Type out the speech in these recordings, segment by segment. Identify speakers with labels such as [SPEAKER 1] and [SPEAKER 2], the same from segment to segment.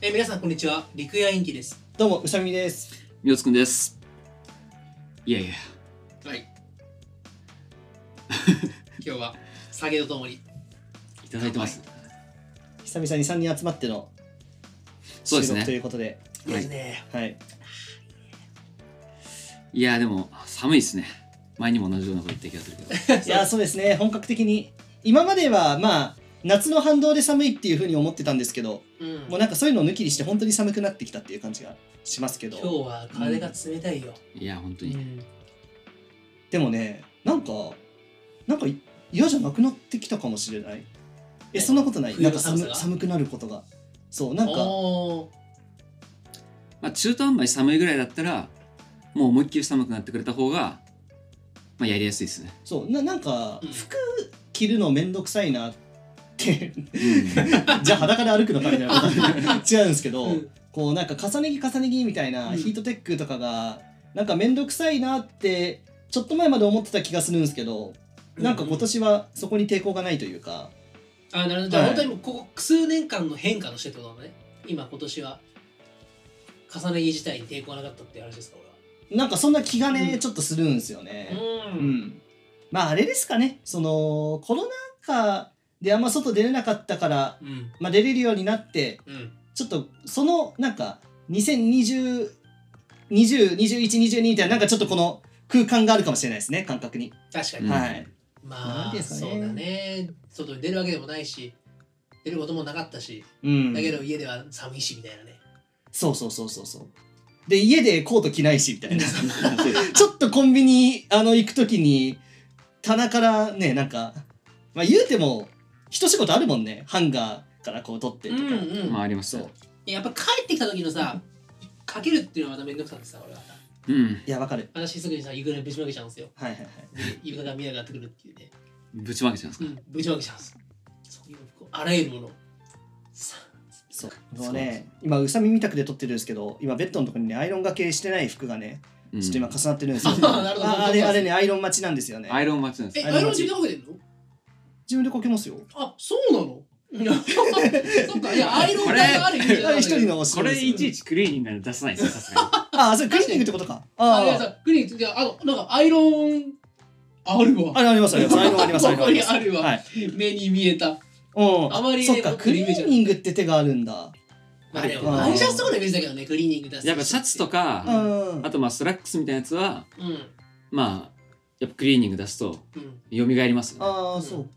[SPEAKER 1] えー皆さんこんにちは陸谷インキです
[SPEAKER 2] どうも、うさみです。
[SPEAKER 3] みおつくんです。いやいや、
[SPEAKER 1] はい 今日は酒とともに
[SPEAKER 3] いただいてます。
[SPEAKER 2] 久々に三人集まっての
[SPEAKER 3] そうです
[SPEAKER 2] とい
[SPEAKER 3] ね。
[SPEAKER 2] うことで、
[SPEAKER 3] いいです
[SPEAKER 1] ね
[SPEAKER 2] はい。
[SPEAKER 3] いや、でも寒いですね。前にも同じようなこと言った気がする けど。
[SPEAKER 2] いや、そうですね。本格的に今まではまあ夏の反動で寒いっていう風に思ってたんですけど、
[SPEAKER 1] うん
[SPEAKER 2] もうなんかそういうのを抜きにして本当に寒くなってきたっていう感じがしますけ
[SPEAKER 1] 今日
[SPEAKER 2] ど、
[SPEAKER 1] は風が冷たいよ、
[SPEAKER 3] いや、本当
[SPEAKER 1] う
[SPEAKER 3] に。
[SPEAKER 1] ん
[SPEAKER 2] でもね、なんかなんかい嫌じゃなくなってきたかもしれない。え、そんなことない。
[SPEAKER 1] 冬
[SPEAKER 2] なん
[SPEAKER 1] の
[SPEAKER 2] か
[SPEAKER 1] 寒さ
[SPEAKER 2] 寒寒くなることが、そうなんか
[SPEAKER 1] お
[SPEAKER 3] まあ、中途半端に寒いぐらいだったら、もう思いっきり寒くなってくれた方が、まあ、やりやすいですね。
[SPEAKER 2] そうななんか
[SPEAKER 1] うん
[SPEAKER 2] 服着るのめんどくさいなって。
[SPEAKER 3] うん、
[SPEAKER 2] じゃあ裸で歩くのかみたいな違うんですけど、
[SPEAKER 1] うん
[SPEAKER 2] こうなんか重ね着重ね着みたいな、
[SPEAKER 1] うん
[SPEAKER 2] ヒートテックとかがなんか面倒くさいなってちょっと前まで思ってた気がするんですけど、
[SPEAKER 1] ー
[SPEAKER 2] なんか今
[SPEAKER 1] う
[SPEAKER 2] 年はそこに抵抗がないというか
[SPEAKER 1] あなるほどじゃあ
[SPEAKER 2] はい
[SPEAKER 1] 本当にもうここ数年間の変化としてってことなのね今今年は重ね着自体に抵抗なかったっていう話ですか
[SPEAKER 2] なんかそんな気がね、
[SPEAKER 1] うん
[SPEAKER 2] ちょっとするんですよね
[SPEAKER 1] 俺。は
[SPEAKER 2] うんまああれですかねそのコロナ禍であんま外出れなかったから、
[SPEAKER 1] うん
[SPEAKER 2] まあ、出れるようになって
[SPEAKER 1] うん
[SPEAKER 2] ちょっとそのなんか2020202122みたいななんかちょっとこの空間があるかもしれないですね感覚に、
[SPEAKER 1] 確か
[SPEAKER 3] う
[SPEAKER 1] に、
[SPEAKER 3] ん
[SPEAKER 2] はい
[SPEAKER 1] ま
[SPEAKER 2] な
[SPEAKER 1] あ、
[SPEAKER 2] んですか
[SPEAKER 1] そう
[SPEAKER 2] ね
[SPEAKER 1] だね外に出るわけでもないし出ることもなかったし、
[SPEAKER 2] うん
[SPEAKER 1] だけど家では寒いしみたいなね
[SPEAKER 2] そうそうそうそうそうで家でコート着ないしみ たいなちょっとコンビニあの行く時に棚からねなんかまあ言うても一仕事あるもんねハンガーからこう取ってとか、
[SPEAKER 1] うん
[SPEAKER 3] まあ、あります
[SPEAKER 2] そう
[SPEAKER 3] よ。
[SPEAKER 1] やっぱ帰ってきた時のさかけるっていうのはまためんどくさくてさ俺は
[SPEAKER 3] うん。
[SPEAKER 2] いやわかる
[SPEAKER 1] 私すぐにさ床にぶちまけちゃうんですよ
[SPEAKER 2] はいはいはい
[SPEAKER 1] で床が見えなくなってくるっていうね、
[SPEAKER 3] ぶちまけちゃうんです
[SPEAKER 1] う
[SPEAKER 3] か。
[SPEAKER 1] ん、ぶちまけちゃうんですそういうこうあらゆるものさ
[SPEAKER 2] そう
[SPEAKER 3] そう
[SPEAKER 2] もうね今うさみみたくで撮ってるんですけど今ベッドのところにねアイロンがけしてない服がね
[SPEAKER 3] うん
[SPEAKER 2] ちょっと今重なってるんですよ。
[SPEAKER 1] あなるほど
[SPEAKER 2] ああれあれねアイロン待ちなんですよね。
[SPEAKER 3] アイロン待ちなんです
[SPEAKER 1] え
[SPEAKER 3] か。
[SPEAKER 1] アイロン自分でかけてんの
[SPEAKER 2] 自分でかけますよ。
[SPEAKER 1] あそうな のいやそっかいやアイロン
[SPEAKER 3] これ
[SPEAKER 1] 台がある意味じゃ
[SPEAKER 2] あ
[SPEAKER 1] な
[SPEAKER 2] れ
[SPEAKER 1] い
[SPEAKER 2] 一人のお城
[SPEAKER 3] こ
[SPEAKER 2] で
[SPEAKER 3] れ
[SPEAKER 2] すよ
[SPEAKER 3] いちいちクリーニングなんて出さないですよ、さすが
[SPEAKER 2] ああそれクリーニングってことか。
[SPEAKER 1] あいや
[SPEAKER 2] あ
[SPEAKER 1] さクリニックいやあのなんかアイロンあるわ
[SPEAKER 2] ああれありますあ りますアイロンありますアイロンあります。
[SPEAKER 1] ここにあるわ
[SPEAKER 2] はい。
[SPEAKER 1] 目に見えた
[SPEAKER 2] うん。
[SPEAKER 1] あまりね
[SPEAKER 2] そっか
[SPEAKER 1] 僕
[SPEAKER 2] クリーニングって手があるんだ。
[SPEAKER 1] まあで
[SPEAKER 2] う
[SPEAKER 1] も
[SPEAKER 2] ん
[SPEAKER 1] ワイシャツとかのイメージだけどねクリーニング出す
[SPEAKER 3] に。やっぱシャツと
[SPEAKER 2] う
[SPEAKER 3] か、
[SPEAKER 2] ん。
[SPEAKER 3] あとまあストラックスみたいなやつは、
[SPEAKER 1] うん
[SPEAKER 3] まあ、やっぱクリーニング出すと、
[SPEAKER 1] うん
[SPEAKER 3] 蘇りますよね。
[SPEAKER 2] ああそうか。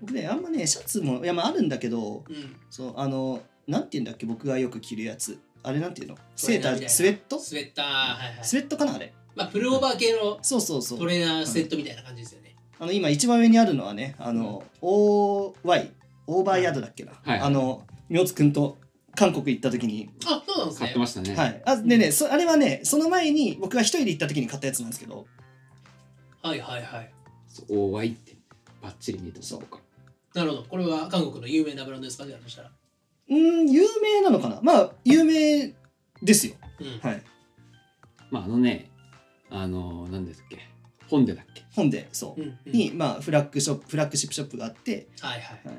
[SPEAKER 2] 僕ねあんまねシャツもいやまああるんだけど
[SPEAKER 1] うん
[SPEAKER 2] そうあのなんて言うんだっけ僕がよく着るやつあれなんていうの
[SPEAKER 1] ト
[SPEAKER 2] セ
[SPEAKER 1] レ
[SPEAKER 2] ー
[SPEAKER 1] ーナ
[SPEAKER 2] タ
[SPEAKER 1] ーみたい
[SPEAKER 2] ー
[SPEAKER 1] な
[SPEAKER 2] スウェット
[SPEAKER 1] スウェッターはいはい
[SPEAKER 2] スウェットかなあれ。
[SPEAKER 1] まあプルオーバー系の
[SPEAKER 2] そうそうそう
[SPEAKER 1] ト。レーナーセットみたいな感じですよね
[SPEAKER 2] あの今一番上にあるのはねあの、OY オーバーヤードだっけな、
[SPEAKER 3] はい
[SPEAKER 2] あのみょつくんと韓国行った時に、
[SPEAKER 1] あそうなんです
[SPEAKER 3] 買っ
[SPEAKER 1] ね
[SPEAKER 3] てましたね。
[SPEAKER 2] はいあでねそあれはねその前に僕が一人で行った時に買ったやつなんですけど
[SPEAKER 1] はいはいはい
[SPEAKER 3] おわいってバッチリ見えてます
[SPEAKER 2] そう
[SPEAKER 3] か
[SPEAKER 1] なるほどこれは韓国の有名なブランドですかじゃあそしたら
[SPEAKER 2] うーん有名なのかなまあ有名ですよ
[SPEAKER 1] うん
[SPEAKER 2] はい
[SPEAKER 3] まああのねあの何ですっけ本でだっけ
[SPEAKER 2] 本でそう、
[SPEAKER 1] うんうん
[SPEAKER 2] にまあフラッグショップフラッグシップショップがあって、
[SPEAKER 1] はいはい
[SPEAKER 2] はい、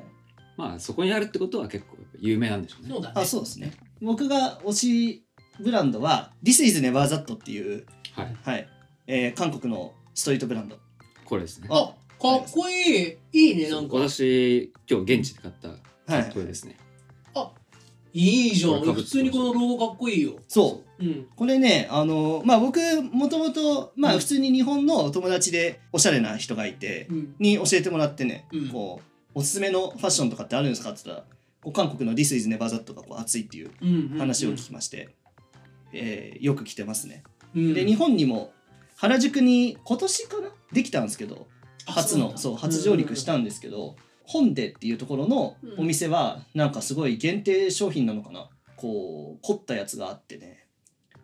[SPEAKER 3] まあそこにあるってことは結構やっぱ有名なんでしょうね
[SPEAKER 1] そうだね
[SPEAKER 2] あそうですね僕が推しブランドは This is Never That っていう、
[SPEAKER 3] はい
[SPEAKER 2] はいえー韓国のストリートブランド
[SPEAKER 3] これですね
[SPEAKER 1] あかっこいいいいねなんか
[SPEAKER 3] 私今日現地で買った
[SPEAKER 2] はい
[SPEAKER 3] これですね、
[SPEAKER 1] いいじゃん
[SPEAKER 3] これ被って
[SPEAKER 1] 普通にこのロゴかっこいいよ
[SPEAKER 2] そう
[SPEAKER 1] うん
[SPEAKER 2] これねあのまあ僕もともとま
[SPEAKER 1] う
[SPEAKER 2] あ
[SPEAKER 1] ん
[SPEAKER 2] 普通に日本の友達でおしゃれな人がいて
[SPEAKER 1] うん
[SPEAKER 2] に教えてもらってね、
[SPEAKER 1] うん
[SPEAKER 2] こうおすすめのファッションとかってあるんですかって言ったらこう韓国の「This is Never That」がこう熱いっていう
[SPEAKER 1] うんうんうん
[SPEAKER 2] 話を聞きまして、えーよく着てますね。
[SPEAKER 1] うん
[SPEAKER 2] で日本にも原宿に今年かなできたんですけど
[SPEAKER 1] あ
[SPEAKER 2] 初
[SPEAKER 1] なん
[SPEAKER 2] の
[SPEAKER 1] だ
[SPEAKER 2] そう初上陸したんですけど、本でっていうところのお店はなんかすごい限定商品なのかなこう凝ったやつがあってね。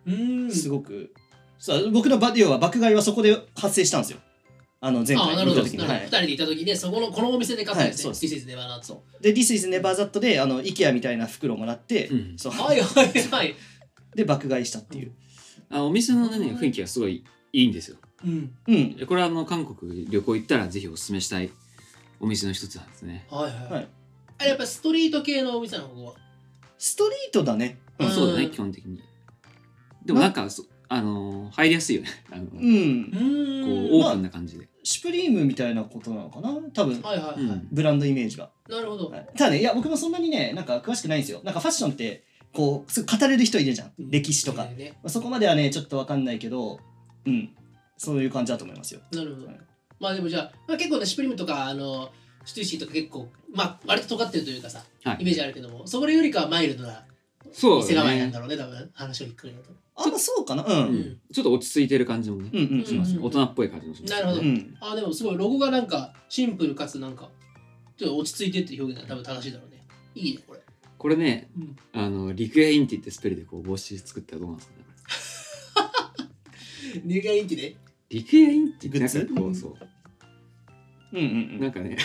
[SPEAKER 1] うん
[SPEAKER 2] すごく、そう僕のバ要は爆買いはそこで発生したんですよあの前
[SPEAKER 1] あ
[SPEAKER 2] 回
[SPEAKER 1] なる
[SPEAKER 2] 見
[SPEAKER 1] ほどな
[SPEAKER 2] た時
[SPEAKER 1] るほ
[SPEAKER 2] に
[SPEAKER 1] ど
[SPEAKER 2] は
[SPEAKER 1] 二
[SPEAKER 2] い
[SPEAKER 1] 人でいた時でそこのこのお店で買ったんですね
[SPEAKER 2] はいそう
[SPEAKER 1] This is never not
[SPEAKER 2] そうで「This is Never That」であの IKEA みたいな袋もらって、
[SPEAKER 3] うん
[SPEAKER 2] そう
[SPEAKER 1] はいはいはい
[SPEAKER 2] で爆買いしたっていう
[SPEAKER 3] あお店のね雰囲気がすごいいいんですよ
[SPEAKER 1] うん
[SPEAKER 2] うん
[SPEAKER 3] これはあの韓国旅行行ったらぜひお勧めしたいお店の一つなんですね
[SPEAKER 1] はいはい
[SPEAKER 2] はい
[SPEAKER 1] あやっぱストリート系のお店なのここは
[SPEAKER 2] ストリートだねうん
[SPEAKER 3] そうだ
[SPEAKER 1] う
[SPEAKER 3] ね
[SPEAKER 1] ん
[SPEAKER 3] 基本的にでもなんかそあのー入りやすいよねあのこ
[SPEAKER 2] う
[SPEAKER 3] う
[SPEAKER 1] うんーん
[SPEAKER 3] オープンな感じで
[SPEAKER 2] シュプリームみたいなことなのかな多分
[SPEAKER 1] はいはいはい、
[SPEAKER 3] うん
[SPEAKER 2] ブランドイメージは
[SPEAKER 1] なるほど、
[SPEAKER 2] はいただねいや僕もそんなにねなんか詳しくないんですよなんかファッションってこうすぐ語れる人いるじゃん歴史とか、
[SPEAKER 1] ねね
[SPEAKER 2] まあそこまではねちょっとわかんないけどうんそういう感じだと思いますよ
[SPEAKER 1] なるほど、
[SPEAKER 2] はい
[SPEAKER 1] まあでもじゃあ、まあ、結構ねシュプリムとかあのシュトゥーシーとか結構まあ割と尖ってるというかさ、
[SPEAKER 3] はい
[SPEAKER 1] イメージあるけどもそれよりかはマイルドな
[SPEAKER 3] そ
[SPEAKER 1] 店
[SPEAKER 3] う
[SPEAKER 1] 構えな
[SPEAKER 3] ね
[SPEAKER 1] んだろうね多分話を聞くのと
[SPEAKER 2] あんまそうかなうん、
[SPEAKER 3] う
[SPEAKER 2] うん、
[SPEAKER 3] んちょっと落ち着いてる感じもね
[SPEAKER 2] うんうん
[SPEAKER 3] しますね
[SPEAKER 1] うん
[SPEAKER 3] 大人っぽい感じもしますね
[SPEAKER 1] なるほど
[SPEAKER 2] うん
[SPEAKER 1] あでもすごいロゴがなんかシンプルかつなんかちょっと落ち着いてって表現が多分正しいだろうねいいねこれ
[SPEAKER 3] これね
[SPEAKER 1] うん
[SPEAKER 3] あのリクエインティってスペルでこう帽子作ったらどうなんですかね
[SPEAKER 1] 入会インティで
[SPEAKER 3] リクエインティってな
[SPEAKER 2] グッ
[SPEAKER 3] ん
[SPEAKER 2] ズ
[SPEAKER 3] かこうそう
[SPEAKER 2] うんうん
[SPEAKER 3] なんかね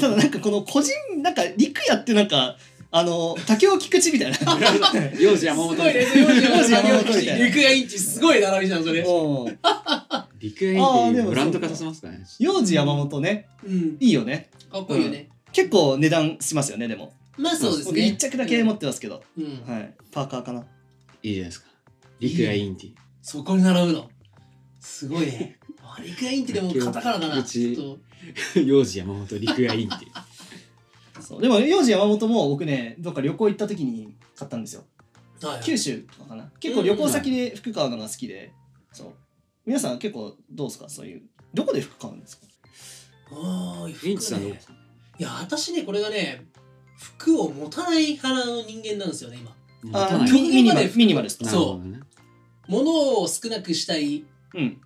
[SPEAKER 2] ただなんかこの個人なんか陸也ってなんかあの竹尾菊池みたいな
[SPEAKER 3] 幼児山
[SPEAKER 1] すご
[SPEAKER 3] 本
[SPEAKER 1] い
[SPEAKER 3] みたい
[SPEAKER 1] ね
[SPEAKER 3] な
[SPEAKER 1] 4時山
[SPEAKER 2] 山本 みたいな
[SPEAKER 1] 陸外インチすごい並びじゃんそれ
[SPEAKER 2] うん
[SPEAKER 3] リクエインテ
[SPEAKER 2] あーでもそ
[SPEAKER 3] ィ
[SPEAKER 2] うか
[SPEAKER 3] ブランド化させますかね
[SPEAKER 2] 幼児山本ね
[SPEAKER 1] うん
[SPEAKER 2] いいよね
[SPEAKER 1] かっこいいよね、
[SPEAKER 2] 結構値段しますよねでも
[SPEAKER 1] まあそうです
[SPEAKER 2] 僕
[SPEAKER 1] ね
[SPEAKER 2] 一着だけ持ってますけど、
[SPEAKER 1] うん、うん
[SPEAKER 2] はいパーカーかない
[SPEAKER 3] いじゃないですかリクエインティ
[SPEAKER 1] そこに並ぶのすごいねあ陸外インティでもカタカナだな
[SPEAKER 3] うち
[SPEAKER 1] ちょっ
[SPEAKER 3] 幼児山本陸がいいって いう
[SPEAKER 2] そうでも幼児山本も僕ねどっか旅行行った時に買ったんですよ
[SPEAKER 1] とはいはい
[SPEAKER 2] 九州とかかな結構旅行先で服買うのが好きで、そう皆さん結構どうですかそういうどこで服買うんですか
[SPEAKER 1] あー
[SPEAKER 3] インチさ
[SPEAKER 1] 服
[SPEAKER 3] んどう
[SPEAKER 1] ね
[SPEAKER 3] ですか
[SPEAKER 1] いや私ねこれがね服を持たない派の人間なんですよね今
[SPEAKER 3] 持たない
[SPEAKER 2] ミミニマ
[SPEAKER 1] 極
[SPEAKER 2] ル
[SPEAKER 1] 限まで
[SPEAKER 2] ミニマルです
[SPEAKER 3] な
[SPEAKER 2] か
[SPEAKER 3] るほどね
[SPEAKER 1] 物を少なくしたい
[SPEAKER 2] うん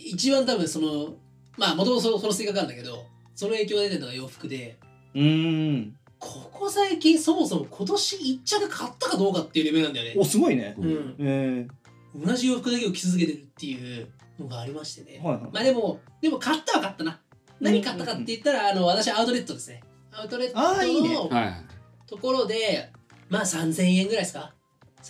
[SPEAKER 1] 一番多分そのまあもともとその性格なんだけどその影響が出てるのが洋服で
[SPEAKER 2] うーん
[SPEAKER 1] ここ最近そもそも今年一着買ったかどうかっていうレベルなんだよね
[SPEAKER 2] おすごいね
[SPEAKER 1] う
[SPEAKER 3] うん
[SPEAKER 1] ん
[SPEAKER 2] え
[SPEAKER 1] 同じ洋服だけを着続けてるっていうのがありまして
[SPEAKER 2] ー、
[SPEAKER 1] ね
[SPEAKER 2] はいはい、
[SPEAKER 1] まあでもでも買ったは買ったな何買ったかって言ったらあの私アウトレットですねアウトレッ
[SPEAKER 2] あーいいね
[SPEAKER 1] トの
[SPEAKER 3] はい
[SPEAKER 1] ところでまあ3000円ぐらいですか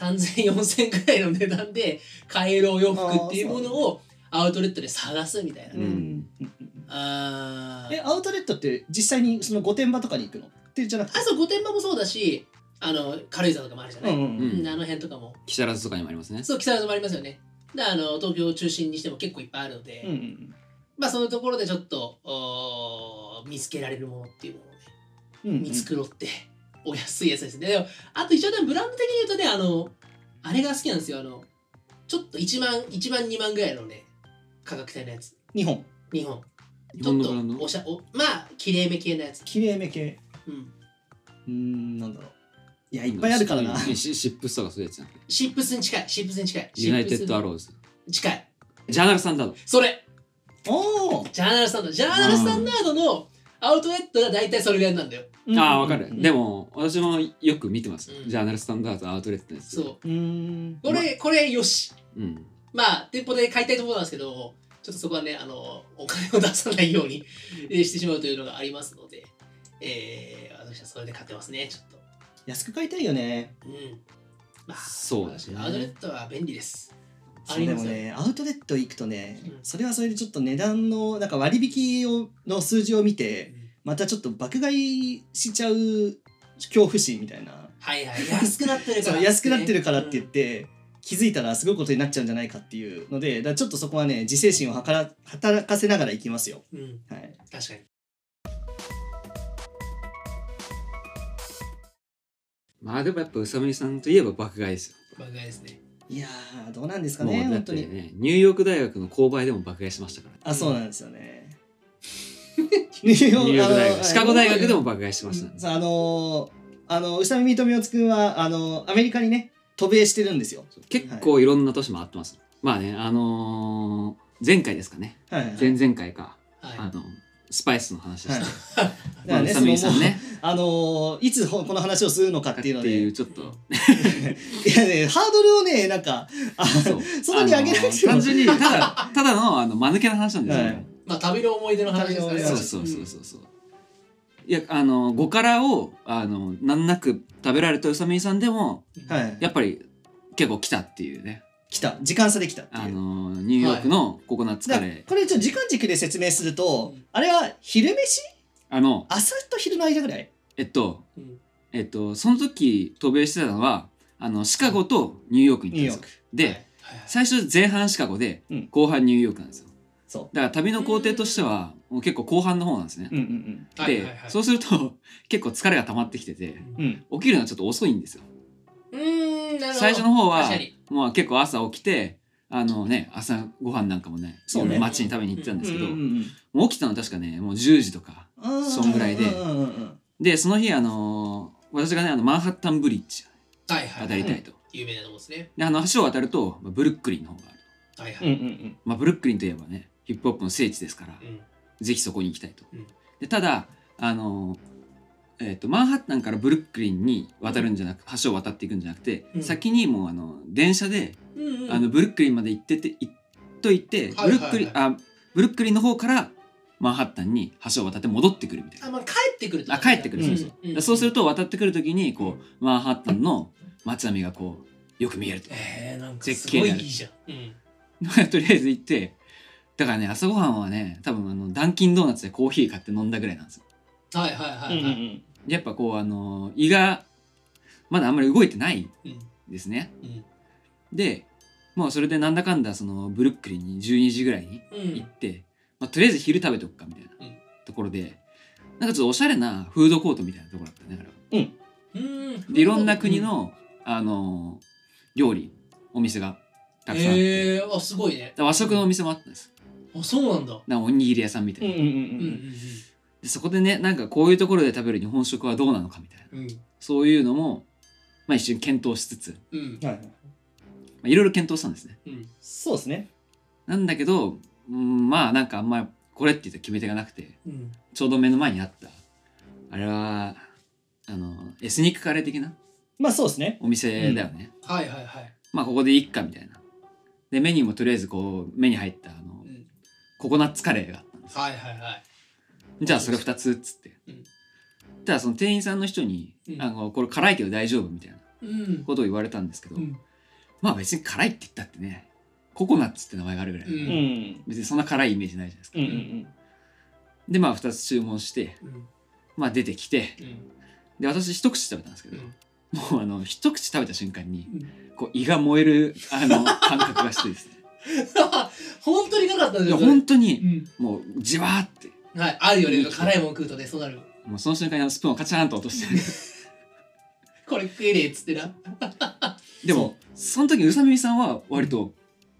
[SPEAKER 1] 30004000円ぐらいの値段で買えるお洋服っていうものをアウトレットで探すみたいな
[SPEAKER 2] うん
[SPEAKER 1] ね
[SPEAKER 2] うん
[SPEAKER 1] あー
[SPEAKER 2] えアウトレットって実際にその御殿場とかに行くのってじゃなくて
[SPEAKER 1] あそう御殿場もそうだしあの軽井沢とかもあるじゃない、
[SPEAKER 2] うんう
[SPEAKER 3] うん
[SPEAKER 2] ん
[SPEAKER 1] うんあの辺とかも
[SPEAKER 3] 木更津とかにもありますね
[SPEAKER 1] そう木更津もありますよねだからあの東京を中心にしても結構いっぱいあるので、
[SPEAKER 2] うんうん
[SPEAKER 1] まあそのところでちょっとおー見つけられるものっていうものをね
[SPEAKER 2] うんうん
[SPEAKER 1] 見繕って、お安いやつですねでもあと一応でもブランド的に言うとねあのあれが好きなんですよあのちょっと1万1万2万ぐらいのね価格帯のやつ
[SPEAKER 2] 日本
[SPEAKER 1] 日本
[SPEAKER 3] 日
[SPEAKER 1] ちょ
[SPEAKER 3] 本
[SPEAKER 1] っ
[SPEAKER 3] のブラン
[SPEAKER 1] と
[SPEAKER 3] ド
[SPEAKER 1] おしゃおまあきれいめ系のやつ、
[SPEAKER 2] きれいめ系
[SPEAKER 1] うん、
[SPEAKER 2] うーんなんだろういやいっぱいあるからな
[SPEAKER 3] シシシップスとかそういうやつじゃなくて
[SPEAKER 1] シップスに近いシップスに近い
[SPEAKER 3] ユナイテッドア
[SPEAKER 1] シッ
[SPEAKER 3] ローズ
[SPEAKER 1] プスに近い
[SPEAKER 3] ジャーナルサンダード
[SPEAKER 1] それ
[SPEAKER 2] おお
[SPEAKER 1] ジャーナルスタンダードジャーナルスタンダードのアウトレットが大体それぐらいなんだよ
[SPEAKER 3] ああわかるで
[SPEAKER 2] も
[SPEAKER 3] も私もよく見てます
[SPEAKER 1] うん
[SPEAKER 3] ジャーナルスタンダードアウトレットのやつ
[SPEAKER 1] そう
[SPEAKER 2] うーん
[SPEAKER 1] これこれよし
[SPEAKER 3] うん
[SPEAKER 1] まあ店舗で買いたいところなんですけどちょっとそこはねあのお金を出さないようにえーしてしまうというのがありますのでえー、私はそれで買ってますねちょっと
[SPEAKER 2] 安く買いたいよね
[SPEAKER 1] うんまあ
[SPEAKER 3] そうですね
[SPEAKER 1] アウトレットは便利ですあ
[SPEAKER 2] そう
[SPEAKER 1] り
[SPEAKER 2] で
[SPEAKER 1] ま
[SPEAKER 2] も
[SPEAKER 1] すよ
[SPEAKER 2] ねアウトレット行くとね、
[SPEAKER 1] うん
[SPEAKER 2] それはそれでちょっと値段のなんか割引をの数字を見てまたちょっと爆買いしちゃう恐怖心みたいな
[SPEAKER 1] はいはい安くなってるから
[SPEAKER 2] そう
[SPEAKER 1] ね
[SPEAKER 2] 安くなってるからって言っ
[SPEAKER 1] うん
[SPEAKER 2] て、気づいたらすごいことになっちゃうんじゃないかっていうのでだからちょっとそこはね自制心をはから働かせながら行きますよ。
[SPEAKER 1] うん、
[SPEAKER 2] はい、
[SPEAKER 1] 確かに
[SPEAKER 3] まあでもやっぱ宇佐美さんといえば爆買いですよ
[SPEAKER 1] 爆買いですね
[SPEAKER 2] いやーどうなんですか
[SPEAKER 3] もう
[SPEAKER 2] ね
[SPEAKER 3] だっ
[SPEAKER 2] 本
[SPEAKER 3] て
[SPEAKER 2] 当に。
[SPEAKER 3] ねニューヨーク大学の購買でも爆買いしましたから
[SPEAKER 2] あそうなんですよね。 ニューヨ
[SPEAKER 3] ニューヨーク大
[SPEAKER 2] あの
[SPEAKER 3] 学シカゴ大学でも爆買いしてましたね
[SPEAKER 2] さあのー、あの宇佐美とみおつくんはあのアメリカにね渡米してるんですよ。
[SPEAKER 3] そう結構いろんな都市回ってます、まあねあのー前回ですかね
[SPEAKER 2] はいはいはい
[SPEAKER 3] 前々回か、
[SPEAKER 1] はい
[SPEAKER 3] あのスパイスの話で
[SPEAKER 2] はい
[SPEAKER 3] し
[SPEAKER 2] だ
[SPEAKER 3] て、
[SPEAKER 2] からね
[SPEAKER 3] まあ宇佐美
[SPEAKER 2] そ
[SPEAKER 3] さ
[SPEAKER 2] の
[SPEAKER 3] んね
[SPEAKER 2] あのーいつほこの話をするのかっ
[SPEAKER 3] って
[SPEAKER 2] いうの
[SPEAKER 3] て
[SPEAKER 2] で
[SPEAKER 3] い
[SPEAKER 2] いう
[SPEAKER 3] ちょっと
[SPEAKER 2] やねハードルをねなんかあ
[SPEAKER 3] そう
[SPEAKER 2] そこに上げなくて
[SPEAKER 3] あ
[SPEAKER 2] も
[SPEAKER 3] のー単純にただただのあの間抜けな話なんですよ、
[SPEAKER 2] はい
[SPEAKER 1] まあ旅の思い出の話ですからね
[SPEAKER 2] 旅の
[SPEAKER 3] そう
[SPEAKER 2] 思
[SPEAKER 3] そうそうそうそういやあの五辛をあの難なく食べられた宇佐美さんでも
[SPEAKER 1] うん
[SPEAKER 2] はい
[SPEAKER 3] やっぱり結構来たっていうね
[SPEAKER 2] 来た時間差で来たって
[SPEAKER 3] あ
[SPEAKER 2] いう。
[SPEAKER 3] のーニューヨークのココナッツ
[SPEAKER 2] だ
[SPEAKER 3] カ
[SPEAKER 2] か
[SPEAKER 3] レ
[SPEAKER 2] ら
[SPEAKER 3] ー、
[SPEAKER 2] これちょっと時間軸で説明すると、
[SPEAKER 1] うん
[SPEAKER 2] あれは昼飯
[SPEAKER 3] あの
[SPEAKER 2] 朝と昼の間ぐらい
[SPEAKER 3] えっと
[SPEAKER 1] うん
[SPEAKER 3] えっと、その時渡米してたのはあのシカゴとニューヨークに行
[SPEAKER 2] ニュー
[SPEAKER 3] っ
[SPEAKER 2] ヨ
[SPEAKER 3] たん
[SPEAKER 2] ー
[SPEAKER 3] で
[SPEAKER 2] ク
[SPEAKER 3] すよで最初前半シカゴで
[SPEAKER 2] うん
[SPEAKER 3] 後半ニューヨークなんですよ
[SPEAKER 2] そ
[SPEAKER 3] だから旅の工程としてはもう結構後半の方なんですね
[SPEAKER 2] ううんうん
[SPEAKER 1] はいはい
[SPEAKER 3] で
[SPEAKER 1] はい
[SPEAKER 3] そうすると結構疲れが溜まってきてて
[SPEAKER 2] うんうん
[SPEAKER 3] 起きるのはちょっと遅いんですよ
[SPEAKER 1] うーんなるほど
[SPEAKER 3] 最初の方は
[SPEAKER 1] 確かに
[SPEAKER 3] まあ結構朝起きてあのね朝ご飯なんかもね
[SPEAKER 2] そうね
[SPEAKER 3] 街に食べに行ってたんですけど、
[SPEAKER 2] うんうんうん
[SPEAKER 3] もう起きたの確かねもう10時とか
[SPEAKER 2] あー
[SPEAKER 3] そんぐらいで
[SPEAKER 2] うんうんうん
[SPEAKER 3] でその日あの私がねあのマンハッタンブリッジ
[SPEAKER 1] はいはい
[SPEAKER 3] 渡りたいと、
[SPEAKER 1] 有名なとこですね
[SPEAKER 3] であの橋を渡ると、まあ、ブルックリンの方がある、
[SPEAKER 1] はい
[SPEAKER 2] うん
[SPEAKER 1] は
[SPEAKER 2] う
[SPEAKER 1] い、
[SPEAKER 2] ん
[SPEAKER 3] まあ、ブルックリンといえばねヒップホップの聖地ですから、
[SPEAKER 1] うん
[SPEAKER 3] ぜひそこに行きたいと、
[SPEAKER 1] うん
[SPEAKER 3] でただあのえー、とマンハッタンからブルックリンに渡るんじゃなく橋を渡っていくんじゃなくて、
[SPEAKER 1] うん
[SPEAKER 3] 先にもうあの電車で
[SPEAKER 1] うんうん、
[SPEAKER 3] あのブルックリンまで行ってて行っといて、
[SPEAKER 1] はいはいはい
[SPEAKER 3] ブルックリンあブルックリンの方からマンハッタンに橋を渡って戻ってくるみたい
[SPEAKER 1] あ、
[SPEAKER 3] な。
[SPEAKER 1] まあ、帰ってくる
[SPEAKER 3] あ帰ってくる、
[SPEAKER 2] うん
[SPEAKER 3] そうそう。だからそうすると渡ってくるときにこうマンハッタンの街並みがこうよく見えると。
[SPEAKER 1] えー、なんか
[SPEAKER 3] 絶
[SPEAKER 1] す
[SPEAKER 3] 景
[SPEAKER 1] ご
[SPEAKER 3] に
[SPEAKER 1] いい
[SPEAKER 3] ないる
[SPEAKER 1] じゃん、うん、
[SPEAKER 3] とりあえず行ってだからね朝ごはんはね多分あのダンキンドーナツでコーヒー買って飲んだぐらいなんですよ。
[SPEAKER 1] はいはいは
[SPEAKER 2] うんう
[SPEAKER 1] い
[SPEAKER 2] んう
[SPEAKER 1] はい
[SPEAKER 2] ん
[SPEAKER 3] でやっぱこうあの胃がまだあんまり動いてない
[SPEAKER 1] うん
[SPEAKER 3] ですね。
[SPEAKER 1] うん
[SPEAKER 3] でもうそれでなんだかんだそのブルックリンに12時ぐらいに
[SPEAKER 1] う
[SPEAKER 3] 行っ
[SPEAKER 1] ん
[SPEAKER 3] て、まあ、とりあえず昼食べとくかみたいな
[SPEAKER 1] うん
[SPEAKER 3] ところで、なんかちょっとおしゃれなフードコートみたいなところだったねだか
[SPEAKER 1] う
[SPEAKER 3] ら
[SPEAKER 1] ん
[SPEAKER 3] でいろんな国の、あのー料理お店がたくさんあって、だ
[SPEAKER 1] えー、あすごいね
[SPEAKER 3] から和食のお店もあったんです
[SPEAKER 1] あそうなんだ
[SPEAKER 3] なんかおにぎり屋さんみた
[SPEAKER 2] う
[SPEAKER 3] い
[SPEAKER 2] んう
[SPEAKER 3] な、
[SPEAKER 2] ん
[SPEAKER 1] うんう
[SPEAKER 2] う
[SPEAKER 1] んん
[SPEAKER 3] でそこでねなんかこういうところで食べる日本食はどうなのかみたいな
[SPEAKER 1] うん
[SPEAKER 3] そういうのも、まあ、一緒に検討しつつ、ま
[SPEAKER 1] うん
[SPEAKER 2] はいはい
[SPEAKER 3] あ、いろいろ検討したんですね
[SPEAKER 1] うん
[SPEAKER 2] そうですね
[SPEAKER 3] なんだけど、うん、まあなんかあんまりこれって言った決め手がなくて
[SPEAKER 1] うん
[SPEAKER 3] ちょうど目の前にあったあれはあのエスニックカレー的な
[SPEAKER 2] まあそうですね
[SPEAKER 3] お店だよね、
[SPEAKER 1] はいはいはい
[SPEAKER 3] まあここでいっかみたいなでメニューもとりあえずこう目に入ったあの
[SPEAKER 1] うん
[SPEAKER 3] ココナッツカレーがあったんですよ
[SPEAKER 1] はいはいはい
[SPEAKER 3] じゃあそれ2つっつって、
[SPEAKER 1] うん
[SPEAKER 3] ただその店員さんの人に、
[SPEAKER 1] うん
[SPEAKER 3] あの「これ辛いけど大丈夫?」みたいな
[SPEAKER 1] うん
[SPEAKER 3] ことを言われたんですけど、
[SPEAKER 1] うん
[SPEAKER 3] まあ別に辛いって言ったってねココナッツって名前があるぐらい、
[SPEAKER 1] うん
[SPEAKER 2] うんうん
[SPEAKER 3] 別にそんな辛いイメージないじゃないですか、
[SPEAKER 2] うんうん
[SPEAKER 3] でまあ2つ注文して
[SPEAKER 1] うん
[SPEAKER 3] まあ出てきて
[SPEAKER 1] うん
[SPEAKER 3] で私一口食べたんですけ
[SPEAKER 1] う
[SPEAKER 3] ど、
[SPEAKER 1] ん
[SPEAKER 3] もうあの一口食べた瞬間に
[SPEAKER 1] うん
[SPEAKER 3] こう胃が燃える あの感覚がしてですね
[SPEAKER 1] 本当になかったんだ
[SPEAKER 3] いや
[SPEAKER 1] よそれ
[SPEAKER 3] 本当に
[SPEAKER 1] う
[SPEAKER 3] もうじわーって
[SPEAKER 1] んはいあるよね辛いもん食うとねそうなる
[SPEAKER 3] もうその瞬間にあのスプーンをカチャーンと落として
[SPEAKER 1] これ食えねえっつってな
[SPEAKER 3] でもその時宇佐美さんは割と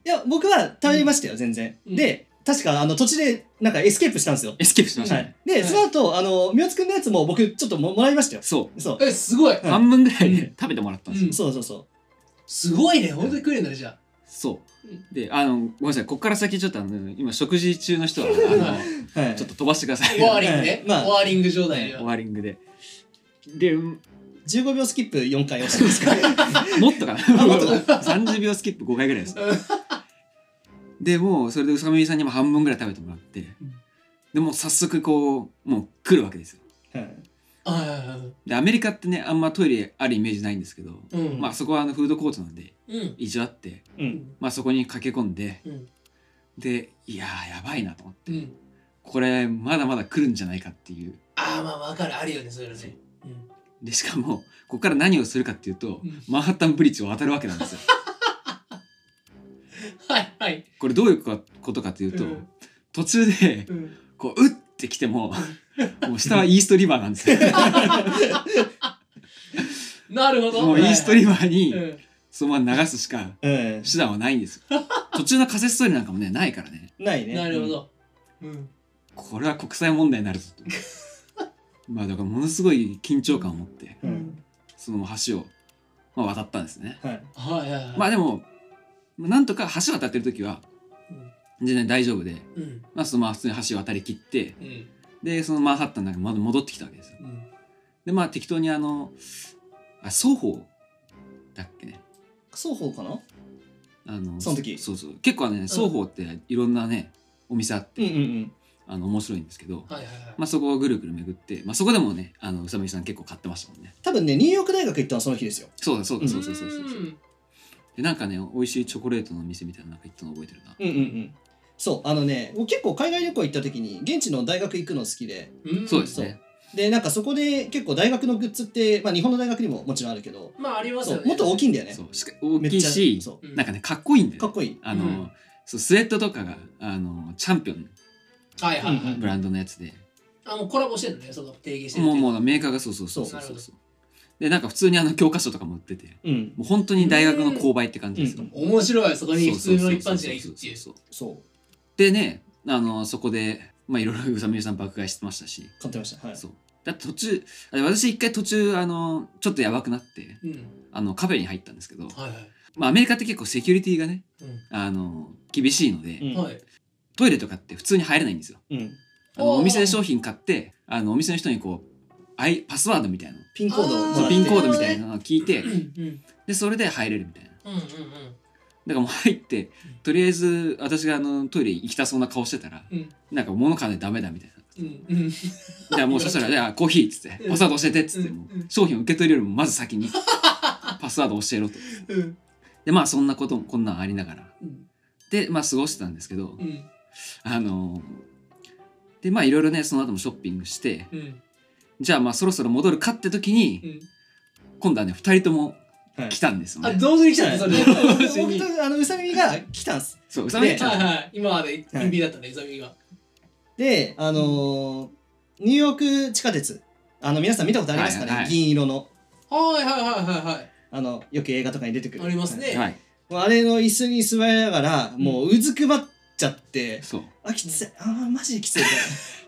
[SPEAKER 2] いや僕は食べましたよ全然
[SPEAKER 1] うん
[SPEAKER 2] で確かあの途中でなんかエスケープしたんですよ
[SPEAKER 3] エスケープしました
[SPEAKER 2] は
[SPEAKER 3] ね、
[SPEAKER 2] いでその後あのみおつくんのやつも僕ちょっとももらいましたよ
[SPEAKER 3] そ、
[SPEAKER 2] そう
[SPEAKER 1] えすごいう
[SPEAKER 2] うん
[SPEAKER 3] 半分ぐらいで
[SPEAKER 1] う
[SPEAKER 3] 食べてもらったんですよ、
[SPEAKER 1] うん
[SPEAKER 2] そうそうそ
[SPEAKER 1] すごいね本当に食えるんだねじゃあ
[SPEAKER 3] そう、
[SPEAKER 1] うん
[SPEAKER 3] であのごめんなさいここから先ちょっとあの今食事中の人はあ
[SPEAKER 2] うはい
[SPEAKER 3] のちょっと飛ばしてください、
[SPEAKER 1] オワーリング
[SPEAKER 2] はい
[SPEAKER 1] ねオ
[SPEAKER 2] まあ
[SPEAKER 1] ワーリング状態
[SPEAKER 3] ね
[SPEAKER 1] で
[SPEAKER 3] オワーリングででうん
[SPEAKER 2] 15秒スキップ4回押してますから
[SPEAKER 3] もっとか
[SPEAKER 2] あ
[SPEAKER 3] な
[SPEAKER 2] もっとか
[SPEAKER 3] 30秒スキップ5回ぐらいですでもうそれで宇佐美さんにも半分ぐらい食べてもらって、
[SPEAKER 1] ん
[SPEAKER 3] でもう早速こうもう来るわけですよ
[SPEAKER 2] はい
[SPEAKER 1] あー
[SPEAKER 3] でアメリカってねあんまトイレあるイメージないんですけど、
[SPEAKER 1] うん
[SPEAKER 3] まあそこはあのフードコートなんで
[SPEAKER 1] うん
[SPEAKER 3] 一応あって、
[SPEAKER 2] うん
[SPEAKER 3] まあ、そこに駆け込んで
[SPEAKER 1] うん
[SPEAKER 3] でいやーやばいなと思って、
[SPEAKER 1] うん
[SPEAKER 3] これまだまだ来るんじゃないかっていう
[SPEAKER 1] ああまあわかるあるよねそういうのねうん
[SPEAKER 3] でしかもここから何をするかっていうと、
[SPEAKER 1] うん
[SPEAKER 3] マンハッタンブリッジを渡るわけなんですよ
[SPEAKER 1] はいはい
[SPEAKER 3] これどういうかことかというと、
[SPEAKER 1] うん
[SPEAKER 3] 途中で
[SPEAKER 1] うん
[SPEAKER 3] こう、うってきても、もう下はイーストリバーなんですよ。
[SPEAKER 1] なるほど
[SPEAKER 3] もうイーストリバー
[SPEAKER 1] う
[SPEAKER 3] に、
[SPEAKER 1] ん
[SPEAKER 3] そのまま流すしか
[SPEAKER 2] うん
[SPEAKER 3] 手段はないんですよ。途中の仮説ストーリーなんかもね、ないからね。
[SPEAKER 2] ないね
[SPEAKER 1] なるほどうん
[SPEAKER 3] これは国際問題になるぞと。まあだからものすごい緊張感を持って、
[SPEAKER 2] うん、
[SPEAKER 3] その橋を、まあ、渡ったんですね。
[SPEAKER 2] はい
[SPEAKER 1] はいはいはい
[SPEAKER 3] まあでも、なんとか橋渡ってる時は、全然大丈夫で、
[SPEAKER 1] うん
[SPEAKER 3] まあそのまま普通に橋渡り切って、
[SPEAKER 1] うん
[SPEAKER 3] で、そのマンハッタンなんかまだ戻ってきたわけですよ。
[SPEAKER 1] うん
[SPEAKER 3] で、まあ適当にあの、あ、双方だっけね。
[SPEAKER 2] 双方かな
[SPEAKER 3] あの
[SPEAKER 2] その時
[SPEAKER 3] そうそう結構ね双方っていろんなね、お店あって、
[SPEAKER 2] うんうん
[SPEAKER 3] あの面白いんですけど、
[SPEAKER 1] はいはいはい
[SPEAKER 3] まあ、そこをぐるぐる巡って、まあ、そこでもねあの宇佐美さん結構買ってましたもんね
[SPEAKER 2] 多分ねニューヨーク大学行ったのその日ですよ
[SPEAKER 3] そうだそう
[SPEAKER 2] う
[SPEAKER 3] だ
[SPEAKER 2] ん
[SPEAKER 3] そうそうそうそう
[SPEAKER 1] うん
[SPEAKER 3] でなんかね美味しいチョコレートのお店みたいなのなんか行ったの覚えてるな、
[SPEAKER 2] うんうんうんそうあのね結構海外旅行行った時に現地の大学行くの好きで
[SPEAKER 1] うん
[SPEAKER 3] そうですね
[SPEAKER 2] でなんかそこで結構大学のグッズって、まあ、日本の大学にももちろんあるけど
[SPEAKER 1] まああります
[SPEAKER 2] そ
[SPEAKER 1] よ
[SPEAKER 2] う
[SPEAKER 1] ね
[SPEAKER 2] もっと大きいんだよね
[SPEAKER 3] そうしか大
[SPEAKER 2] めっ
[SPEAKER 3] きい
[SPEAKER 2] ちゃ
[SPEAKER 3] し
[SPEAKER 2] そう
[SPEAKER 1] うん
[SPEAKER 3] なんかねかっこいいんだよ、ね、
[SPEAKER 2] かっこいい
[SPEAKER 3] あの、
[SPEAKER 1] うん
[SPEAKER 3] そうスウェットとかがあのチャンピオン
[SPEAKER 1] はいはいはい、
[SPEAKER 2] うん
[SPEAKER 3] ブランドのやつで、
[SPEAKER 1] あもうコラボしてるのねその提携してる
[SPEAKER 3] もうもうメーカーがそうそうそうそうそうそうでなんか普通にあの教科書とかも売ってて
[SPEAKER 2] うん
[SPEAKER 3] もう本当に大学の購買って感じですよ、
[SPEAKER 2] うん
[SPEAKER 1] 面白いそこに普
[SPEAKER 3] そ
[SPEAKER 1] 通
[SPEAKER 3] うそうそう
[SPEAKER 1] の一般人が行くっていう
[SPEAKER 3] そうそうそう
[SPEAKER 2] そ
[SPEAKER 3] でねあのそこでまあいろいろ宇佐美さん爆買いしてましたし、
[SPEAKER 2] う買ってましたはい
[SPEAKER 3] そうだって途中あ私一回途中あのちょっとやばくなって
[SPEAKER 1] うん
[SPEAKER 3] あのカフェに入ったんですけど、
[SPEAKER 1] はいはい
[SPEAKER 3] まあ、アメリカって結構セキュリティがねあの厳しいので、
[SPEAKER 2] うん
[SPEAKER 1] うんはい
[SPEAKER 3] トイレとかって普通に入れないんですよ
[SPEAKER 2] うん、
[SPEAKER 3] あの
[SPEAKER 1] おー
[SPEAKER 3] お店で商品買ってあのお店の人にこうあいパスワードみたいなの
[SPEAKER 2] ピンコードをも
[SPEAKER 1] あ
[SPEAKER 2] ら
[SPEAKER 3] そ
[SPEAKER 2] っ
[SPEAKER 3] う
[SPEAKER 2] て
[SPEAKER 3] ピンコードみたいなのを聞いて
[SPEAKER 1] うんうん
[SPEAKER 3] でそれで入れるみたいなだか
[SPEAKER 1] うんうん
[SPEAKER 3] らもう入ってとりあえず私があのトイレ行きたそうな顔してたら、
[SPEAKER 1] うん
[SPEAKER 3] なんか物買わないとダメだみたいな
[SPEAKER 1] うんうんうん
[SPEAKER 3] じゃあもうそしたら「じゃあコーヒー」っつって「パスワード教えて」っつってもう
[SPEAKER 1] うん
[SPEAKER 3] 商品を受け取るよりもまず先に パスワード教えろと
[SPEAKER 1] うん
[SPEAKER 3] でまあそんなこともこんなんありながら
[SPEAKER 1] うん
[SPEAKER 3] でまあ過ごしてたんですけど
[SPEAKER 1] うん
[SPEAKER 3] あのでまあいろいろねその後もショッピングして
[SPEAKER 1] うん
[SPEAKER 3] じゃあまあそろそろ戻るかって時に
[SPEAKER 1] うん
[SPEAKER 3] 今度はね2人とも
[SPEAKER 2] はい
[SPEAKER 3] 来たんですよ
[SPEAKER 1] あ
[SPEAKER 3] ね
[SPEAKER 1] 同時に来ちゃったそれ
[SPEAKER 2] はい
[SPEAKER 1] は
[SPEAKER 3] 同時に
[SPEAKER 2] 僕とあの宇佐美が来たんです
[SPEAKER 3] そう宇佐美が来
[SPEAKER 1] い
[SPEAKER 3] たんですよ
[SPEAKER 1] はい今までピンピンだったねザミが
[SPEAKER 2] であのーニューヨーク地下鉄あの皆さん見たことありますかね、
[SPEAKER 3] はいはい
[SPEAKER 2] 銀色の
[SPEAKER 1] はいはいはいはいはい
[SPEAKER 2] あのよく映画とかに出てくる
[SPEAKER 1] ありますね
[SPEAKER 2] はい
[SPEAKER 3] はい
[SPEAKER 2] もうあれの椅子に座りながら、
[SPEAKER 1] ん
[SPEAKER 2] もううずくばっちゃって
[SPEAKER 3] そう
[SPEAKER 2] あきついあーマジできついみたい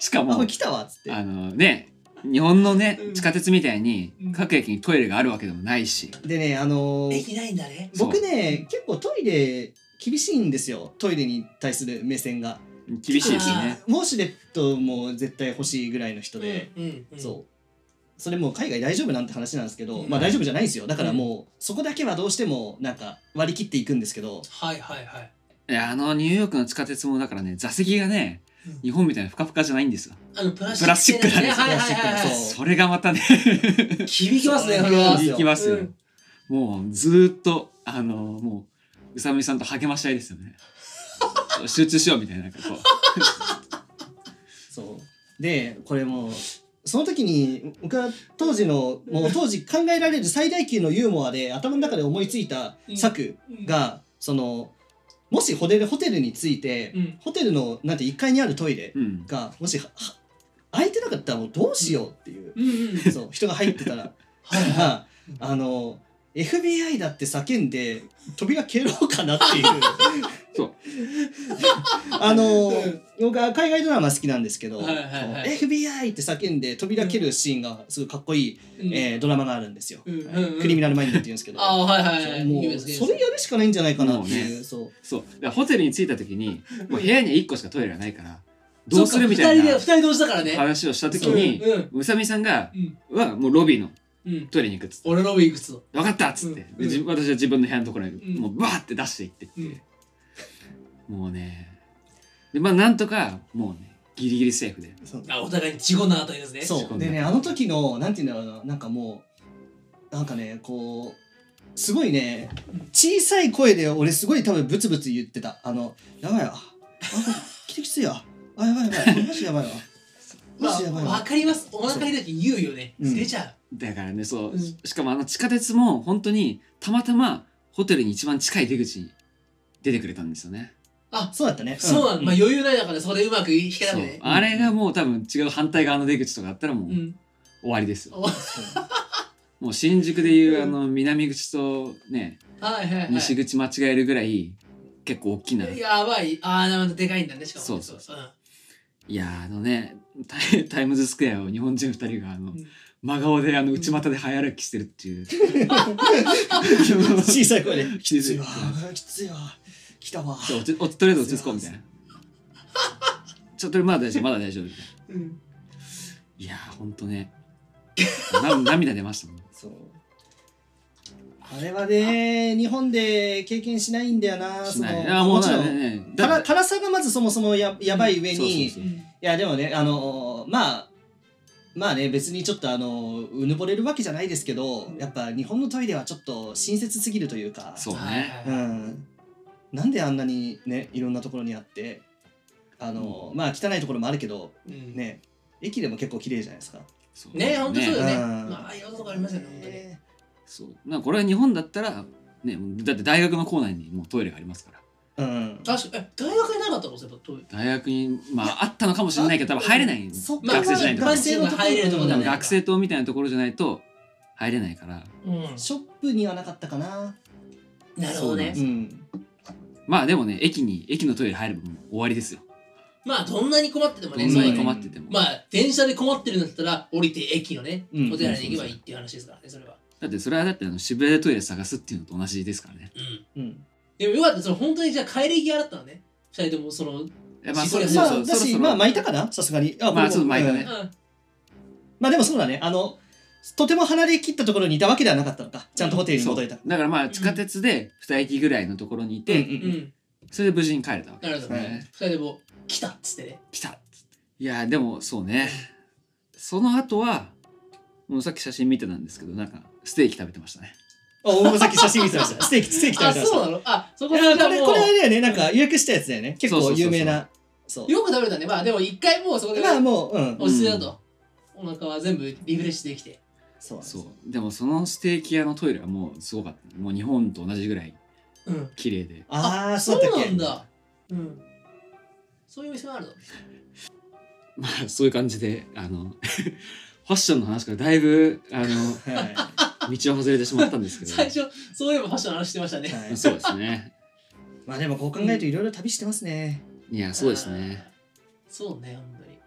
[SPEAKER 3] しか
[SPEAKER 2] なあこ
[SPEAKER 3] も
[SPEAKER 2] れ来たわっつって
[SPEAKER 3] あのね日本のね
[SPEAKER 1] うん
[SPEAKER 3] 地下鉄みたいに
[SPEAKER 1] うん
[SPEAKER 3] 各駅にトイレがあるわけでもないし
[SPEAKER 2] でねあのー
[SPEAKER 1] 駅ないんだね
[SPEAKER 3] そう
[SPEAKER 2] 僕ね結構トイレ厳しいんですよトイレに対する目線が
[SPEAKER 3] 厳しいですよね
[SPEAKER 2] ウォシュレットも絶対欲しいぐらいの人で、
[SPEAKER 1] うんうん
[SPEAKER 2] そうそれもう海外大丈夫なんて話なんですけど、
[SPEAKER 1] うん
[SPEAKER 2] まあ大丈夫じゃないんですよだからもうそこだけはどうしてもなんか割り切っていくんですけど
[SPEAKER 1] はいはいはい
[SPEAKER 3] いやあのニューヨークの地下鉄もだからね座席がね
[SPEAKER 1] うん
[SPEAKER 3] 日本みたいにふかふかじゃないんですよ
[SPEAKER 1] あのプラ
[SPEAKER 3] プラスチックなんですよ
[SPEAKER 1] はいはいはい
[SPEAKER 2] プラ
[SPEAKER 1] は
[SPEAKER 2] ス
[SPEAKER 3] それがまたね
[SPEAKER 1] い響きますね
[SPEAKER 2] そう
[SPEAKER 1] それは
[SPEAKER 2] 響
[SPEAKER 3] 行きますよ、
[SPEAKER 1] うん
[SPEAKER 3] もうずーっとあのもう宇佐美さんと励まし合いですよ ね集中しようみたいななんかこう
[SPEAKER 2] そうでこれもうその時に僕は当時のもう当時考えられる最大級のユーモアで頭の中で思いついた策がそのもしホテルホテルについて、
[SPEAKER 1] うん
[SPEAKER 2] ホテルのなんて1階にあるトイレ
[SPEAKER 3] うん
[SPEAKER 2] がもしはは空いてなかったらもうどうしようって いう、
[SPEAKER 1] うんうん
[SPEAKER 2] そう人が入ってたら
[SPEAKER 1] はいは
[SPEAKER 2] ああの FBI だって叫んで扉蹴ろうか なっていう
[SPEAKER 3] そう
[SPEAKER 2] あの
[SPEAKER 1] うん
[SPEAKER 2] 僕は海外ドラマ好きなんですけど、
[SPEAKER 1] はいはいはい
[SPEAKER 2] その FBI って叫んで扉蹴るシーンがすごいかっこいい、
[SPEAKER 1] いうん
[SPEAKER 2] えードラマがあるんですよ、
[SPEAKER 1] うん
[SPEAKER 2] はい
[SPEAKER 1] うんうん
[SPEAKER 2] クリミナルマインドって言うんですけど
[SPEAKER 1] ああはいはいはい
[SPEAKER 2] も
[SPEAKER 1] 有名
[SPEAKER 2] う
[SPEAKER 1] です
[SPEAKER 2] それやるしかないんじゃないかなっていう
[SPEAKER 3] もう
[SPEAKER 2] そう
[SPEAKER 3] そうだからホテルに着いた時にもう部屋には1個しかトイレがないからどうするみた
[SPEAKER 1] そ
[SPEAKER 3] い
[SPEAKER 1] っか
[SPEAKER 3] な
[SPEAKER 1] 二人で二人同時だからね
[SPEAKER 3] 話をした時に
[SPEAKER 1] うんうん
[SPEAKER 3] 宇佐美さんが
[SPEAKER 1] うん
[SPEAKER 3] はもうロビーの
[SPEAKER 1] うん
[SPEAKER 3] トイレに行くっつって
[SPEAKER 1] 俺のビークスの
[SPEAKER 3] 「分かった!」っつって、
[SPEAKER 1] うん
[SPEAKER 3] で自私は自分の部屋のところ
[SPEAKER 1] ん
[SPEAKER 3] にもうバーって出していってって、もうねでまあなんとかもうねギリギリセーフで
[SPEAKER 2] そう
[SPEAKER 1] あお互いに事故なあたりですね
[SPEAKER 2] そうでねあの時のなんていうんだろうななんかもうなんかねこうすごいね小さい声で俺すごい多分ブツブツ言ってたあのやばいわあきてきついわあやばいやばいマジやばいわマ
[SPEAKER 1] ま
[SPEAKER 2] ジやばい
[SPEAKER 1] あわ
[SPEAKER 2] わ
[SPEAKER 1] かりますお腹痛い時言うよね
[SPEAKER 2] そううん
[SPEAKER 1] 出ちゃ
[SPEAKER 3] だからねそう、
[SPEAKER 1] うん
[SPEAKER 3] ししかもあの地下鉄も本当にたまたまホテルに一番近い出口に出てくれたんですよね
[SPEAKER 2] そうだったね
[SPEAKER 1] うそうなんのまあ余裕ない中でそこでうまく引けな
[SPEAKER 3] そ
[SPEAKER 1] く
[SPEAKER 3] う
[SPEAKER 1] てね
[SPEAKER 3] あれがもう多分違う反対側の出口とかあったらもう
[SPEAKER 1] うん
[SPEAKER 3] 終わりですよ、
[SPEAKER 1] おはい
[SPEAKER 2] そう
[SPEAKER 3] もう新宿でいううんあの南口とね
[SPEAKER 1] はいはい
[SPEAKER 3] 西口間違えるぐらい結構大きな、い、
[SPEAKER 1] やばいああなんかでかいんだねしかも
[SPEAKER 3] そうそう
[SPEAKER 1] そう
[SPEAKER 3] やーあのねタイタイムズスクエアを日本人2人があの、
[SPEAKER 1] うん
[SPEAKER 3] 真顔であの内股で早歩きしてるっていう
[SPEAKER 2] 小さい声で
[SPEAKER 3] き
[SPEAKER 2] きつ
[SPEAKER 3] つ
[SPEAKER 2] い
[SPEAKER 3] い
[SPEAKER 2] わきついわ来たわ
[SPEAKER 3] ちょ落ち落ちとりあえず落ち着こうみたいなちょっとまだ大丈夫まだ大丈夫みたいな
[SPEAKER 1] うんうん
[SPEAKER 3] いやーほんとねな涙出ましたもん
[SPEAKER 2] そうあれはね日本で経験しないんだよな
[SPEAKER 3] し
[SPEAKER 2] そ
[SPEAKER 3] ない
[SPEAKER 2] の
[SPEAKER 3] あも
[SPEAKER 2] も
[SPEAKER 3] う
[SPEAKER 2] ち
[SPEAKER 3] だ
[SPEAKER 2] ろ
[SPEAKER 3] ね
[SPEAKER 2] ん
[SPEAKER 3] ねだ
[SPEAKER 2] 辛辛さがまずそもそもややばい上に、
[SPEAKER 3] そうそうそう
[SPEAKER 2] いやでもねあのーまあまあね別にちょっとあのーうぬぼれるわけじゃないですけどやっぱ日本のトイレはちょっと親切すぎるというか
[SPEAKER 3] そうね
[SPEAKER 1] はいはいは
[SPEAKER 2] う
[SPEAKER 1] い
[SPEAKER 2] ん、なんであんなにねいろんなところにあってあのーまあ汚いところもあるけど
[SPEAKER 1] うん
[SPEAKER 2] ね駅でも結構綺麗じゃないですか
[SPEAKER 3] そう
[SPEAKER 1] ね本当そうだよね
[SPEAKER 2] うん
[SPEAKER 1] まあああいうとこありますよね本当に
[SPEAKER 3] そうなんかこれは日本だったら、ね、だって大学の構内にもうトイレがありますか
[SPEAKER 2] う
[SPEAKER 3] ら
[SPEAKER 2] ん
[SPEAKER 1] 確かえ大学になかったのやっぱトイレ
[SPEAKER 3] 大学にまああったのかもしれないけど多分入れないんです
[SPEAKER 2] そっ
[SPEAKER 1] まあ
[SPEAKER 3] 学生じゃないと
[SPEAKER 1] 学生のとこ入れるとこだ
[SPEAKER 2] まあ
[SPEAKER 1] ね
[SPEAKER 3] 学生棟みたいなところじゃないと入れないから
[SPEAKER 1] うん
[SPEAKER 2] ショップにはなかったかな
[SPEAKER 1] なるほどね
[SPEAKER 2] うん
[SPEAKER 3] まあでもね駅に駅のトイレ入ればもう終わりですよ
[SPEAKER 1] まあどんなに困ってても
[SPEAKER 3] ど
[SPEAKER 1] ね
[SPEAKER 3] ん
[SPEAKER 1] そう
[SPEAKER 3] な
[SPEAKER 1] だ
[SPEAKER 3] に
[SPEAKER 1] ね
[SPEAKER 3] 困ってても、
[SPEAKER 1] まあ電車で困ってるんだったら降りて駅のね
[SPEAKER 2] うん
[SPEAKER 1] お寺に行けばいいっていう話ですからねそれは
[SPEAKER 3] だってそれはだってあの渋谷でトイレ探すっていうのと同じですからね
[SPEAKER 1] うん
[SPEAKER 2] うん
[SPEAKER 1] でもよかったその本当にじゃあ帰り際だったのね二人ともその
[SPEAKER 3] えまあ
[SPEAKER 1] し
[SPEAKER 3] そ
[SPEAKER 1] こ
[SPEAKER 3] う
[SPEAKER 1] れ
[SPEAKER 3] そう
[SPEAKER 2] ま
[SPEAKER 3] そ
[SPEAKER 2] あ
[SPEAKER 3] う
[SPEAKER 2] だ
[SPEAKER 3] そろそ
[SPEAKER 2] し
[SPEAKER 3] ろ
[SPEAKER 2] まあ巻いたかなさすがにあ
[SPEAKER 3] まあ
[SPEAKER 2] これも
[SPEAKER 3] そう巻いたね
[SPEAKER 2] ん
[SPEAKER 1] うん
[SPEAKER 2] まあでもそうだねあのとても離れ切ったところにいたわけではなかったのかちゃんとホテルに戻れた
[SPEAKER 3] だからまあ地下鉄で2駅ぐらいのところにいて、
[SPEAKER 2] うんうん
[SPEAKER 1] うん
[SPEAKER 3] それで無事に帰れたわけ
[SPEAKER 1] なるほど
[SPEAKER 2] は
[SPEAKER 1] ね
[SPEAKER 2] い
[SPEAKER 1] 二人とも来たっつってね
[SPEAKER 3] 来たっつっていやでもそうねその後はもうさっき写真見てたんですけどなんかステーキ食べてましたね
[SPEAKER 2] あ大崎写真見てましたステーキステーキ食べ
[SPEAKER 1] あ
[SPEAKER 2] てまし
[SPEAKER 1] そう
[SPEAKER 2] た
[SPEAKER 1] なのあそ
[SPEAKER 2] い
[SPEAKER 1] こ
[SPEAKER 2] やこれこれあ
[SPEAKER 1] も
[SPEAKER 2] れだよねなんか予約したやつだよね結
[SPEAKER 3] そう
[SPEAKER 2] 構
[SPEAKER 3] そうそうそう
[SPEAKER 2] 有名なそう
[SPEAKER 1] よく食べたねまあでも一回もうそこで
[SPEAKER 2] まあもううん
[SPEAKER 1] おすすめだとお腹は全部リフレッシュできて
[SPEAKER 2] そうなんです
[SPEAKER 3] そ
[SPEAKER 2] よ
[SPEAKER 3] うでもそのステーキ屋のトイレはもうすごかったもう日本と同じぐらい
[SPEAKER 1] うん
[SPEAKER 3] 綺麗で
[SPEAKER 2] ああ
[SPEAKER 1] そ
[SPEAKER 2] そうだっ
[SPEAKER 1] う
[SPEAKER 2] たっ
[SPEAKER 1] な
[SPEAKER 2] け
[SPEAKER 1] んだうんそういう店もあるの
[SPEAKER 3] まあ そういう感じであの ファッションの話からだいぶあの
[SPEAKER 2] はい
[SPEAKER 3] 道を外れてしまったんですけど
[SPEAKER 1] 最初そういえばファッションの話してましたね
[SPEAKER 2] はい
[SPEAKER 3] そうですね
[SPEAKER 2] まあでもこう考えるといろいろ旅してますね。
[SPEAKER 3] いやそうですね
[SPEAKER 1] あーそうね本当に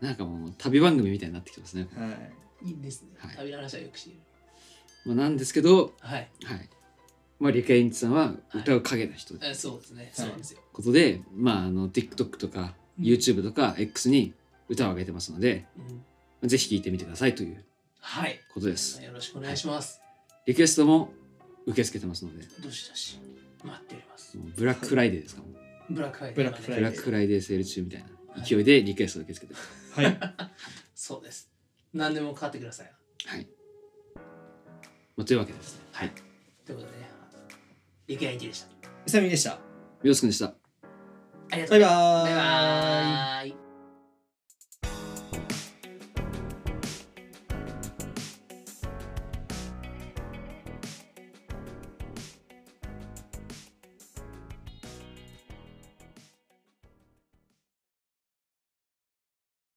[SPEAKER 3] なんかもう旅番組みたいになってきてますね、
[SPEAKER 2] はい。
[SPEAKER 1] いいですね、
[SPEAKER 3] はい
[SPEAKER 1] 旅の話はよくしている
[SPEAKER 3] まあ、なんですけど
[SPEAKER 1] はい
[SPEAKER 3] はいまあリカインチさんは歌う影の人という
[SPEAKER 1] えそうですね、そうなんですよ
[SPEAKER 3] ことでまああの TikTok とか
[SPEAKER 1] うん
[SPEAKER 3] YouTube とか X に歌を上げてますので、
[SPEAKER 1] うん
[SPEAKER 3] ぜひ聴いてみてくださいという
[SPEAKER 1] はい
[SPEAKER 3] ことです
[SPEAKER 1] よろしくお願いします、
[SPEAKER 3] リクエストも受け付けてますので
[SPEAKER 1] どしどし待っております
[SPEAKER 3] もうブラックフライデーですかもう
[SPEAKER 1] ブラックフライ
[SPEAKER 2] ブラックフ
[SPEAKER 3] ブラックフライデーセール中みたい
[SPEAKER 1] は
[SPEAKER 3] ない勢いでリクエストを受け付けてます
[SPEAKER 2] はい。
[SPEAKER 1] そうです何でも買ってください
[SPEAKER 3] はい、まあ、というわけですねはい
[SPEAKER 1] ということでねリクエイティでした
[SPEAKER 2] うさみでした。
[SPEAKER 3] よろしくんでした
[SPEAKER 1] ありがと
[SPEAKER 2] バ
[SPEAKER 1] うござい
[SPEAKER 2] イ
[SPEAKER 1] ます
[SPEAKER 2] バー
[SPEAKER 1] バ
[SPEAKER 2] イ。
[SPEAKER 1] イバーイ